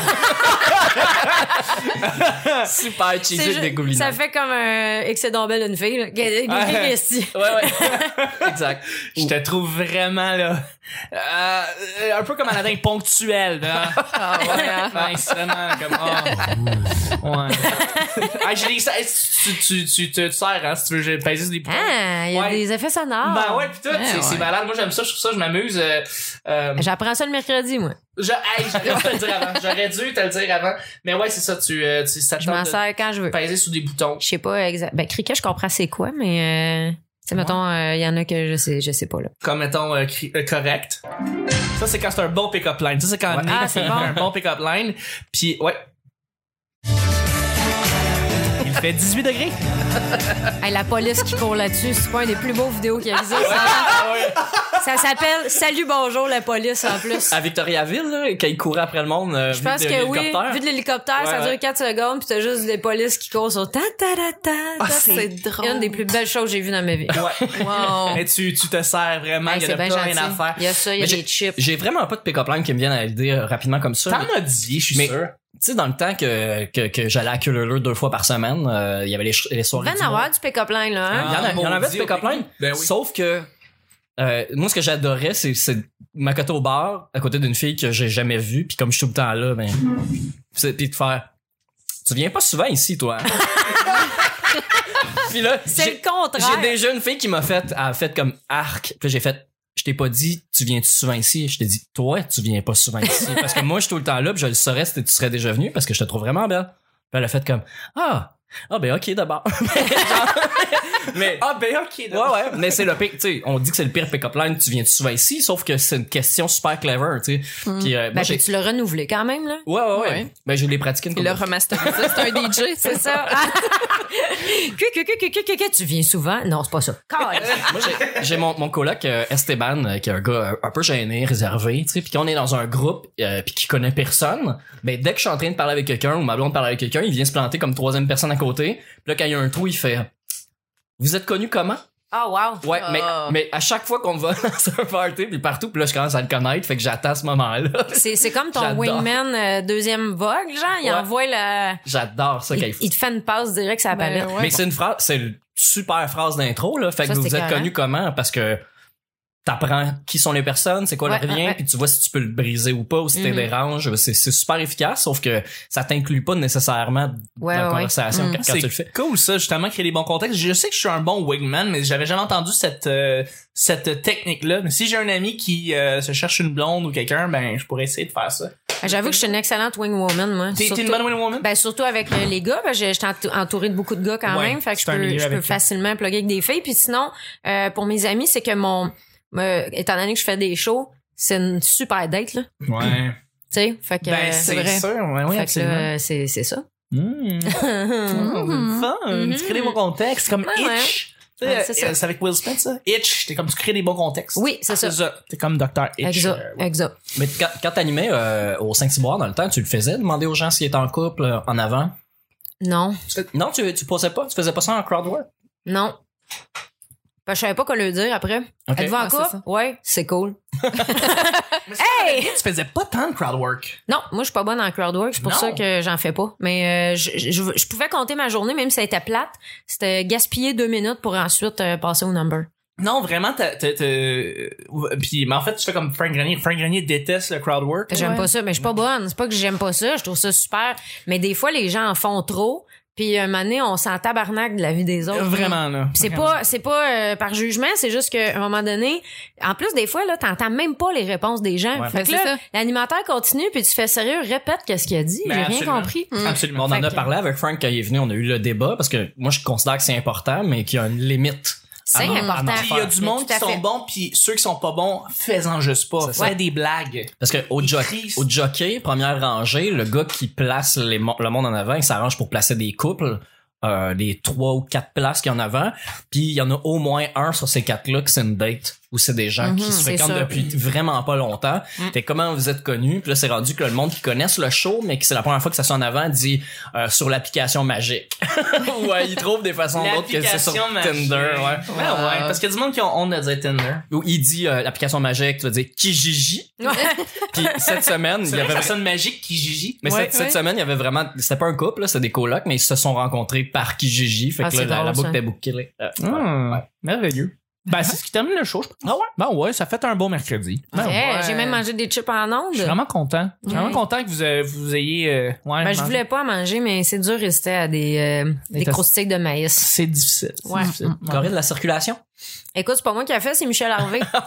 Speaker 6: Super
Speaker 2: C'est
Speaker 6: cheesy
Speaker 2: ju-
Speaker 6: dégoulinant.
Speaker 2: ça fait comme un excédent belle une fille. là. Une fille vestie.
Speaker 6: Ouais, ouais. exact.
Speaker 3: Je te trouve vraiment, là, euh, euh, un peu comme un Aladdin ponctuel, là.
Speaker 5: Ah ouais, hein?
Speaker 3: Ouais, c'est vraiment comme, oh. Ouais. Ah, je l'ai, ça- tu, tu, tu te sers, hein, si tu veux, j'ai pesé sur des boutons.
Speaker 2: Ah, il y a
Speaker 3: Ouais.
Speaker 2: des effets sonores.
Speaker 3: Ben ouais, pis tout, c'est,
Speaker 5: ouais.
Speaker 3: c'est malade. Moi, j'aime ça, je trouve ça, je m'amuse. euh, euh,
Speaker 2: J'apprends ça le mercredi, moi.
Speaker 3: je, hey, j'aurais dû te le dire avant. J'aurais dû te le dire avant. Mais ouais, c'est ça, tu, euh, tu, ça te
Speaker 2: Je m'en
Speaker 3: tente de
Speaker 2: sers quand je veux.
Speaker 3: peser sur des boutons.
Speaker 2: Je sais pas exact. Ben, cricket, je comprends c'est quoi, mais euh, tu sais, mettons, il y en a que je sais, je sais pas, là.
Speaker 3: comme mettons euh, cri- euh, correct. Ça c'est quand c'est un bon pick-up line. Ça c'est quand
Speaker 6: Ouais.
Speaker 3: Nick
Speaker 2: Ah, c'est
Speaker 3: fait
Speaker 2: bon.
Speaker 3: un bon pick-up line. Puis ouais. Il fait 18 degrés.
Speaker 2: Hey, la police qui court là-dessus, c'est pas un des plus beaux vidéos qu'il y a vu. Ça,
Speaker 6: Ah
Speaker 2: ça s'appelle Salut, bonjour, la police, en plus.
Speaker 6: À Victoriaville, là, quand il courait après le monde, euh,
Speaker 2: Je pense
Speaker 6: Ah, vu de
Speaker 2: que oui,
Speaker 6: l'hélicoptère.
Speaker 2: vu de l'hélicoptère, ça
Speaker 6: Ouais,
Speaker 2: dure
Speaker 6: ouais.
Speaker 2: 4 secondes, puis t'as juste des polices qui courent sur ta ta ta ta. ta.
Speaker 5: Ah, c'est drôle.
Speaker 2: une des plus belles choses que j'ai vues dans ma vie.
Speaker 5: Wow.
Speaker 3: Mais tu, tu te sers vraiment,
Speaker 2: Hey,
Speaker 3: il y
Speaker 2: c'est
Speaker 3: a
Speaker 2: bien
Speaker 3: plein
Speaker 2: gentil.
Speaker 3: rien à faire.
Speaker 2: Il y a ça, il y a
Speaker 6: Mais
Speaker 2: des chips.
Speaker 6: J'ai vraiment pas de pick-up line qui me viennent à l'idée euh, rapidement comme ça.
Speaker 3: T'en
Speaker 6: mais-
Speaker 3: as dit, je suis
Speaker 6: Mais-
Speaker 3: sûr.
Speaker 6: Tu sais, dans le temps que, que, que j'allais à Culeleux deux fois par semaine, euh, il y avait les, ch- les soirées
Speaker 2: Va
Speaker 6: du
Speaker 2: en avoir du pick-up line, là, hein?
Speaker 6: Il y en, a- il y en avait
Speaker 3: Maudit
Speaker 6: du pick-up
Speaker 3: au
Speaker 6: line.
Speaker 3: Ben oui.
Speaker 6: Sauf que euh, moi, ce que j'adorais, c'est, c'est m'accoter au bar à côté d'une fille que j'ai jamais vue. Puis comme je suis tout le temps là, ben, c'est- puis de faire. Tu viens pas souvent ici, toi. hein? puis là,
Speaker 2: C'est le
Speaker 6: j'ai, j'ai
Speaker 2: contraire.
Speaker 6: déjà une fille qui m'a fait, elle a fait comme arc. Puis là, j'ai fait. Je t'ai pas dit, tu viens tu souvent ici. Je t'ai dit, toi, tu viens pas souvent ici. Parce que moi, je suis tout le temps là, puis je le saurais si tu serais déjà venu, parce que je te trouve vraiment belle. Puis elle a fait comme, ah, ah ben ok d'abord. mais
Speaker 3: Ah ben ok.
Speaker 6: Ouais, ouais, mais c'est le pire. Tu sais, on dit que c'est le pire pick-up line, tu viens de souvent ici, sauf que c'est une question super clever, tu sais. Puis, euh, moi,
Speaker 2: Ben,
Speaker 6: j'ai-
Speaker 2: puis tu l'as renouvelé quand même, là.
Speaker 6: Ouais, ouais, ouais.
Speaker 5: Ouais.
Speaker 6: Ben, je l'ai pratiqué une
Speaker 5: Il
Speaker 6: couple
Speaker 5: l'a
Speaker 6: de fois.
Speaker 5: remasterisé. C'est un DJ, c'est
Speaker 2: C'est ça. que, Ah. que, que, que, que, que, tu viens souvent? Non, c'est pas ça. Calme.
Speaker 6: Moi, j'ai- j'ai mon, mon coloc euh, Esteban, euh, qui est un gars euh, un peu gêné, réservé, tu sais, puis quand on est dans un groupe, euh, puis qu'il connaît personne, ben dès que je suis en train de parler avec quelqu'un ou ma blonde parle avec quelqu'un, il vient se planter comme troisième personne à côté. Puis là, quand il y a un trou, il fait Vous êtes connu comment?
Speaker 2: Ah, wow.
Speaker 6: Ouais, mais,
Speaker 5: Ah.
Speaker 6: mais à chaque fois qu'on va dans un party, puis partout, puis là, je commence à le connaître, fait que j'attends ce moment-là.
Speaker 2: C'est, c'est comme ton
Speaker 6: J'adore.
Speaker 2: wingman euh, deuxième vogue, genre. Il
Speaker 6: Ouais.
Speaker 2: envoie la...
Speaker 6: J'adore ça quand il
Speaker 2: Il,
Speaker 6: faut.
Speaker 2: il te fait une passe direct sur la palette.
Speaker 5: Ben,
Speaker 6: Mais
Speaker 5: ouais.
Speaker 6: c'est une phrase, c'est une super phrase d'intro, là. Fait
Speaker 2: Ça,
Speaker 6: que vous
Speaker 2: c'est
Speaker 6: vous êtes
Speaker 2: carré.
Speaker 6: connu comment? Parce que t'apprends qui sont les personnes, c'est quoi
Speaker 2: Ouais,
Speaker 6: leur lien,
Speaker 2: ouais, ouais.
Speaker 6: puis tu vois si tu peux le briser ou pas, ou si t'es
Speaker 2: Mhm.
Speaker 6: dérange. C'est, c'est super efficace, sauf que ça t'inclut pas nécessairement
Speaker 2: Ouais,
Speaker 6: dans
Speaker 2: ouais,
Speaker 6: la
Speaker 2: Mm.
Speaker 6: conversation
Speaker 2: ouais.
Speaker 6: quand, quand
Speaker 3: C'est
Speaker 6: tu le fais.
Speaker 3: cool ça, justement, créer des bons contextes. Je sais que je suis un bon wingman, mais j'avais jamais entendu cette euh, cette technique-là. Mais si j'ai un ami qui euh, se cherche une blonde ou quelqu'un, ben je pourrais essayer de faire ça.
Speaker 2: J'avoue que je suis une excellente wingwoman, moi.
Speaker 3: T'es, t'es
Speaker 2: Surtout-
Speaker 3: une bonne wingwoman?
Speaker 2: Ben surtout avec euh, les gars, ben j'ai- j'étais entou- entourée de beaucoup de gars quand
Speaker 3: Ouais,
Speaker 2: même, fait que je
Speaker 3: c'est un
Speaker 2: peux,
Speaker 3: milieu
Speaker 2: je peux
Speaker 3: avec-
Speaker 2: facilement plugger avec des filles. Puis sinon, euh, pour mes amis, c'est que mon, euh, étant donné que je fais des shows, c'est une super date là. Tu
Speaker 3: Ouais.
Speaker 2: sais, fait que euh,
Speaker 3: Ben c'est,
Speaker 2: vrai.
Speaker 3: sûr, ouais,
Speaker 2: Fait
Speaker 3: oui,
Speaker 2: que
Speaker 3: absolument.
Speaker 2: là, euh, c'est c'est ça.
Speaker 3: Mmh.
Speaker 5: Mhm.
Speaker 3: Fun. Tu crées des bons contextes, comme
Speaker 2: Ouais, ouais.
Speaker 3: Itch. Tu sais,
Speaker 2: Ouais, c'est ça.
Speaker 3: euh, C'est avec Will Smith, ça? Itch, t'es comme tu crées des bons contextes.
Speaker 2: Oui, c'est ça.
Speaker 3: T'es comme Dr. Itch.
Speaker 2: Exact,
Speaker 3: euh, ouais.
Speaker 2: exact.
Speaker 6: Mais quand, quand t'animais euh, au 5 ciboire dans le temps, tu le faisais, demander aux gens s'ils étaient en couple euh, en avant.
Speaker 2: Non,
Speaker 6: Tu fais- non, tu, tu posais pas, tu faisais pas ça en crowd work.
Speaker 2: non. Ben, je savais pas quoi le dire après.
Speaker 6: Ok.
Speaker 2: Êtes-vous en
Speaker 5: Ah, c'est
Speaker 2: couple?
Speaker 5: ça.
Speaker 2: Ouais, c'est cool.
Speaker 3: Tu faisais pas tant de crowd work.
Speaker 2: Non, moi, je suis pas bonne en crowdwork. C'est pour
Speaker 6: Non.
Speaker 2: ça que j'en fais pas. Mais euh, je, je, je- je pouvais compter ma journée, même si ça était plate. C'était gaspiller deux minutes pour ensuite euh, passer au number.
Speaker 3: Non, vraiment, t'as, t'as, t'as- euh, Puis, mais en fait, tu fais comme Frank Grenier. Frank Grenier déteste le crowd work.
Speaker 2: J'aime
Speaker 5: Ouais.
Speaker 2: pas ça, mais je suis pas bonne. C'est pas que j'aime pas ça, je trouve ça super. Mais des fois, les gens en font trop. Puis un moment donné, on s'en tabarnak de la vie des autres.
Speaker 3: Vraiment, là.
Speaker 2: Puis C'est pas, c'est pas euh, par jugement, c'est juste qu'à un moment donné, en plus des fois là, t'entends même pas les réponses des gens.
Speaker 3: Ouais.
Speaker 2: Fait que
Speaker 5: Ben,
Speaker 2: là,
Speaker 5: c'est ça.
Speaker 2: l'animateur continue puis tu fais sérieux, répète qu'est-ce qu'il a dit.
Speaker 3: Ben,
Speaker 2: J'ai rien
Speaker 3: absolument.
Speaker 2: compris.
Speaker 3: Absolument.
Speaker 6: On en
Speaker 2: Fait
Speaker 6: a
Speaker 2: que-
Speaker 6: parlé avec Frank quand il est venu, on a eu le débat parce que moi je considère que c'est important, mais qu'il y a une limite.
Speaker 2: C'est
Speaker 6: Ah non,
Speaker 2: important.
Speaker 6: ah non.
Speaker 3: Puis il y a du
Speaker 2: Mais
Speaker 3: monde
Speaker 2: tout
Speaker 3: qui
Speaker 2: à
Speaker 3: sont
Speaker 2: fait.
Speaker 3: bons, puis ceux qui sont pas bons, fais-en juste pas.
Speaker 6: C'est
Speaker 3: Fais
Speaker 6: ça.
Speaker 3: des blagues.
Speaker 6: Parce que au,
Speaker 3: Il
Speaker 6: jo-
Speaker 3: crie.
Speaker 6: au jockey, première rangée, le gars qui place les mon- le monde en avant, il s'arrange pour placer des couples, euh, les trois ou quatre places qu'il y a en avant, puis il y en a au moins un sur ces quatre-là que c'est une date ou c'est des gens
Speaker 3: Mhm,
Speaker 6: qui se
Speaker 2: c'est
Speaker 6: fréquentent
Speaker 2: ça.
Speaker 6: depuis vraiment pas longtemps.
Speaker 3: Mm.
Speaker 6: Fait comment vous êtes connus, puis là c'est rendu que le monde qui connaisse le show, mais que c'est la première fois que ça soit en avant, dit euh, sur l'application magique. ouais, ils trouvent des façons d'autres que c'est sur
Speaker 3: L'application magique.
Speaker 6: Tinder, ouais.
Speaker 3: Ouais, ouais. Parce qu'il y a du monde qui ont honte de dire Tinder.
Speaker 6: Ou il dit euh, l'application magique, tu vas dire Kijiji. Puis cette semaine, il y
Speaker 3: C'est
Speaker 6: avait
Speaker 3: une personne magique qui gigit.
Speaker 6: Mais
Speaker 3: Ouais,
Speaker 6: cette, cette
Speaker 3: ouais.
Speaker 6: semaine, il y avait vraiment, c'était pas un couple, là, c'était des colocs, mais ils se sont rencontrés par Kijiji. Fait
Speaker 2: Ah,
Speaker 6: que
Speaker 2: c'est
Speaker 6: là, la, la
Speaker 2: drôle,
Speaker 6: boucle
Speaker 2: ça.
Speaker 6: est bouclée. Euh,
Speaker 3: Hum, Merveilleux. Ben, c'est ce qui termine le show. je pense.
Speaker 6: Ah ouais?
Speaker 3: Ben ouais, ça fait un beau mercredi. Ben
Speaker 2: Hey,
Speaker 3: ouais.
Speaker 2: J'ai même mangé des chips en ondes.
Speaker 3: Je suis vraiment content. Je suis
Speaker 2: Ouais.
Speaker 3: vraiment content que vous, euh, vous ayez... euh, ouais,
Speaker 2: Ben, je
Speaker 3: man-
Speaker 2: voulais pas en manger, mais c'est dur de rester à des, euh,
Speaker 3: Des
Speaker 2: des
Speaker 3: toast-
Speaker 2: croustilles de maïs.
Speaker 3: C'est difficile. c'est
Speaker 2: Ouais.
Speaker 3: difficile.
Speaker 6: ouais. Corée de la circulation.
Speaker 2: Écoute, c'est pas moi qui a fait, c'est Michel Harvey.
Speaker 3: Ah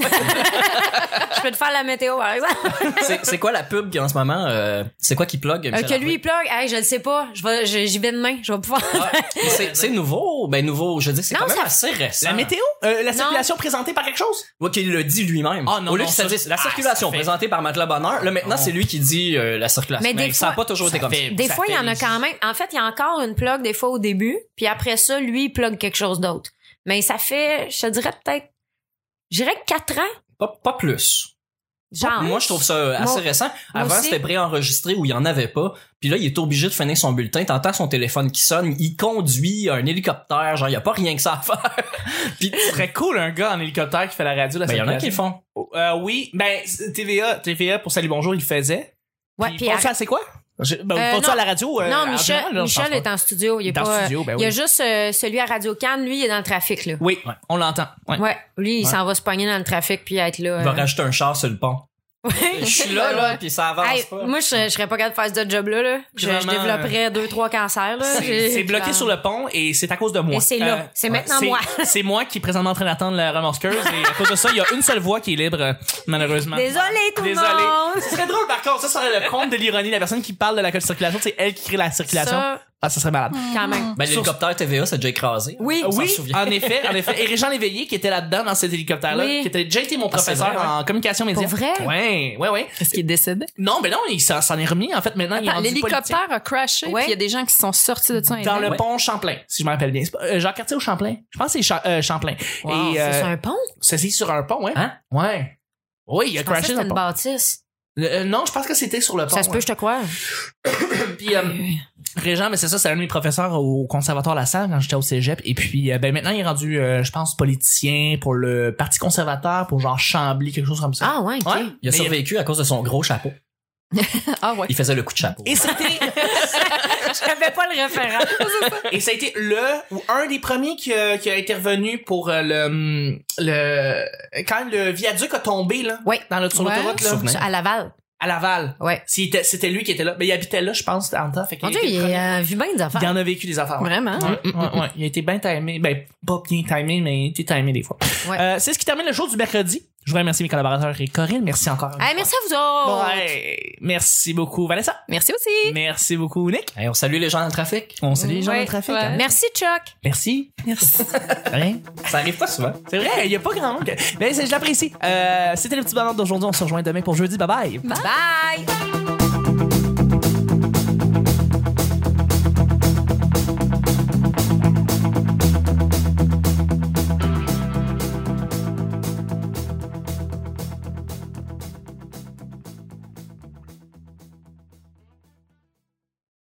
Speaker 2: je peux te faire la météo, par exemple.
Speaker 6: c'est c'est quoi la pub qui en ce moment, euh, c'est quoi qui plug?
Speaker 2: Euh,
Speaker 6: Michel
Speaker 2: que lui, il plug. Hey, je le sais pas. Je vais, je- j'y vais demain. Je vais pouvoir.
Speaker 6: Harvey? Ah, mais c'est- c'est nouveau, ben nouveau, je dis, c'est
Speaker 2: Non,
Speaker 6: quand même
Speaker 2: ça-
Speaker 6: assez récent.
Speaker 3: La météo? Euh, la circulation présentée par quelque chose?
Speaker 6: Ouais, qu'il le dit lui-même.
Speaker 3: Ah, non,
Speaker 6: Au lieu
Speaker 3: non,
Speaker 6: que
Speaker 3: ça-
Speaker 6: ça dise la
Speaker 3: ah,
Speaker 6: circulation
Speaker 3: ça fait-
Speaker 6: présentée par Matelas Bonheur, là maintenant
Speaker 3: Oh.
Speaker 6: c'est lui qui dit euh, la circulation.
Speaker 2: Mais des
Speaker 6: ça a
Speaker 2: fois-
Speaker 6: pas toujours été
Speaker 3: ça
Speaker 6: comme
Speaker 3: fait-
Speaker 6: ça.
Speaker 2: Des
Speaker 3: Ça
Speaker 2: fois, il y en a
Speaker 3: fait-
Speaker 2: quand même. En fait, il y a encore une plug des fois au début, puis après ça, lui, il plug quelque chose d'autre. Mais ça fait, je te dirais peut-être, je dirais quatre ans,
Speaker 6: Pas, pas plus.
Speaker 2: genre.
Speaker 6: Moi, je trouve ça euh, assez
Speaker 2: Moi-
Speaker 6: récent. Avant,
Speaker 2: aussi.
Speaker 6: c'était préenregistré où il y en avait pas. Puis là, il est obligé de finir son bulletin. T'entends son téléphone qui sonne. Il conduit un hélicoptère. Genre, il y a pas rien que ça à faire. Puis,
Speaker 3: C'est très cool, un gars en hélicoptère qui fait la radio. La
Speaker 6: ben, il y en a qui le
Speaker 3: circulation.
Speaker 6: font.
Speaker 3: Euh, oui, ben c'est- TVA, TVA pour Salut Bonjour, il le faisait.
Speaker 2: Ouais, puis
Speaker 3: font
Speaker 2: arr-
Speaker 3: ça, c'est quoi? Je- ben,
Speaker 2: Euh,
Speaker 3: font ça
Speaker 2: non.
Speaker 3: à la radio? euh, en
Speaker 2: non, Michel,
Speaker 3: général, là, je
Speaker 2: Michel
Speaker 3: pense
Speaker 2: est en studio. Il est
Speaker 3: Dans
Speaker 2: pas.
Speaker 3: le studio, ben
Speaker 2: Il y a
Speaker 3: oui.
Speaker 2: juste euh, celui à Radio Cannes, lui, il est dans le trafic là.
Speaker 3: pas. Oui, on l'entend. Ouais.
Speaker 2: Ouais, lui, il
Speaker 3: Ouais.
Speaker 2: s'en va se pogner dans le trafic puis être là.
Speaker 6: Il
Speaker 2: euh.
Speaker 6: va rajouter un char sur le pont.
Speaker 2: Ouais.
Speaker 6: Je suis là, là, puis ça avance
Speaker 2: Hey,
Speaker 6: pas.
Speaker 2: moi, je, je serais pas capable de faire ce job-là. là. Je, je
Speaker 3: Vraiment, euh,
Speaker 2: développerais deux, trois cancers. là.
Speaker 3: C'est
Speaker 2: J'ai-
Speaker 3: c'est bloqué
Speaker 2: genre.
Speaker 3: sur le pont et c'est à cause de moi. Euh,
Speaker 2: Et c'est là. C'est maintenant moi.
Speaker 3: C'est moi qui est présentement en train d'attendre la remorqueuse et à cause de ça, il y a une seule voix qui est libre, euh, malheureusement.
Speaker 2: Désolé, tout le
Speaker 3: Désolé.
Speaker 2: monde.
Speaker 3: Ce serait drôle par contre, ça serait le compte de l'ironie. La personne qui parle de la circulation, c'est elle qui crée la circulation.
Speaker 2: Ça,
Speaker 3: Ah, ça serait malade.
Speaker 2: quand même.
Speaker 6: Ben, l'hélicoptère TVA, c'est déjà écrasé.
Speaker 2: Oui. Ah,
Speaker 6: On s'en
Speaker 3: Oui,
Speaker 6: souvient.
Speaker 3: en effet, en effet. Et Régent Léveillé qui était là-dedans dans cet hélicoptère-là,
Speaker 2: Oui.
Speaker 3: qui était déjà été mon
Speaker 6: c'est
Speaker 3: professeur
Speaker 6: vrai, ouais.
Speaker 3: en communication média.
Speaker 2: Pour vrai?
Speaker 3: Ouais, ouais, ouais.
Speaker 5: Est-ce qu'il est décédé?
Speaker 3: Non, mais non, il s'en s'en est remis. En fait, maintenant, il est rendu politique.
Speaker 5: L'hélicoptère a crashé,
Speaker 2: Ouais.
Speaker 5: puis il y a des gens qui sont sortis de ça.
Speaker 3: Dans le
Speaker 5: indemnes.
Speaker 3: pont Champlain, si je me rappelle bien. C'est pas- euh, Jacques Cartier au Champlain. Je pense que c'est Cha- euh, Champlain.
Speaker 2: Wow,
Speaker 3: Et
Speaker 2: c'est
Speaker 3: euh,
Speaker 2: un pont.
Speaker 3: ceci sur un pont, ouais.
Speaker 6: Hein?
Speaker 3: Ouais. Oui, il a
Speaker 2: Je pensais que
Speaker 3: crashé
Speaker 2: c'était
Speaker 3: dans le
Speaker 2: une
Speaker 3: pont.
Speaker 2: bâtisse.
Speaker 3: Euh, euh, non, je pense que c'était sur le pont.
Speaker 2: Ça se peut,
Speaker 3: ouais.
Speaker 2: je te crois.
Speaker 3: Puis, euh, Régent, mais c'est ça, c'est un de mes professeurs au conservatoire La Salle quand j'étais au cégep. Et puis, euh, ben maintenant, il est rendu, euh, je pense, politicien pour le Parti conservateur, pour genre Chambly, quelque chose comme ça.
Speaker 2: Ah ouais, ok.
Speaker 3: Ouais.
Speaker 6: Il a
Speaker 3: Mais-
Speaker 6: survécu à cause de son gros chapeau.
Speaker 5: Ah ouais.
Speaker 6: Il faisait le coup de chapeau.
Speaker 3: Et c'était,
Speaker 2: Je n'avais pas le référent.
Speaker 3: et ça a été le ou un des premiers qui, a- qui a intervenu pour euh, le, le, quand le viaduc a tombé, là.
Speaker 2: Oui.
Speaker 3: Dans le, sur
Speaker 5: Ouais.
Speaker 3: l'autoroute, là.
Speaker 6: Souvenir.
Speaker 2: À Laval.
Speaker 3: À Laval.
Speaker 2: Ouais.
Speaker 3: S'il était- C'était lui qui était là. Mais il habitait là, je pense, en temps. Fait qu'il
Speaker 2: Mon
Speaker 3: a
Speaker 2: Dieu,
Speaker 3: été
Speaker 2: il
Speaker 3: le premier.
Speaker 2: a vu bien des
Speaker 3: Il
Speaker 2: affaires.
Speaker 3: en a vécu des affaires.
Speaker 5: Vraiment?
Speaker 3: Ouais, ouais, ouais. Il a été bien timé. Ben, pas bien timé, mais il a été timé des fois.
Speaker 2: Ouais.
Speaker 3: Euh, c'est ce qui termine le show du mercredi. Je voudrais remercier mes collaborateurs et Corinne. Merci encore. une
Speaker 2: Hey,
Speaker 3: fois.
Speaker 2: merci à vous autres.
Speaker 3: Ouais. Merci beaucoup, Vanessa.
Speaker 5: Merci aussi.
Speaker 3: Merci beaucoup, Nick.
Speaker 6: Hey, on salue les gens dans le trafic.
Speaker 3: On salue les gens
Speaker 5: Ouais,
Speaker 3: dans le trafic.
Speaker 5: ouais.
Speaker 3: hein.
Speaker 2: Merci, Chuck.
Speaker 3: Merci.
Speaker 5: Merci.
Speaker 3: Rien.
Speaker 6: Ça arrive pas souvent.
Speaker 3: C'est vrai, il y a pas grand Ben, monde. Mais c'est- je l'apprécie. Euh, C'était le petit bonheur d'aujourd'hui. On se rejoint demain pour jeudi. Bye bye.
Speaker 2: Bye.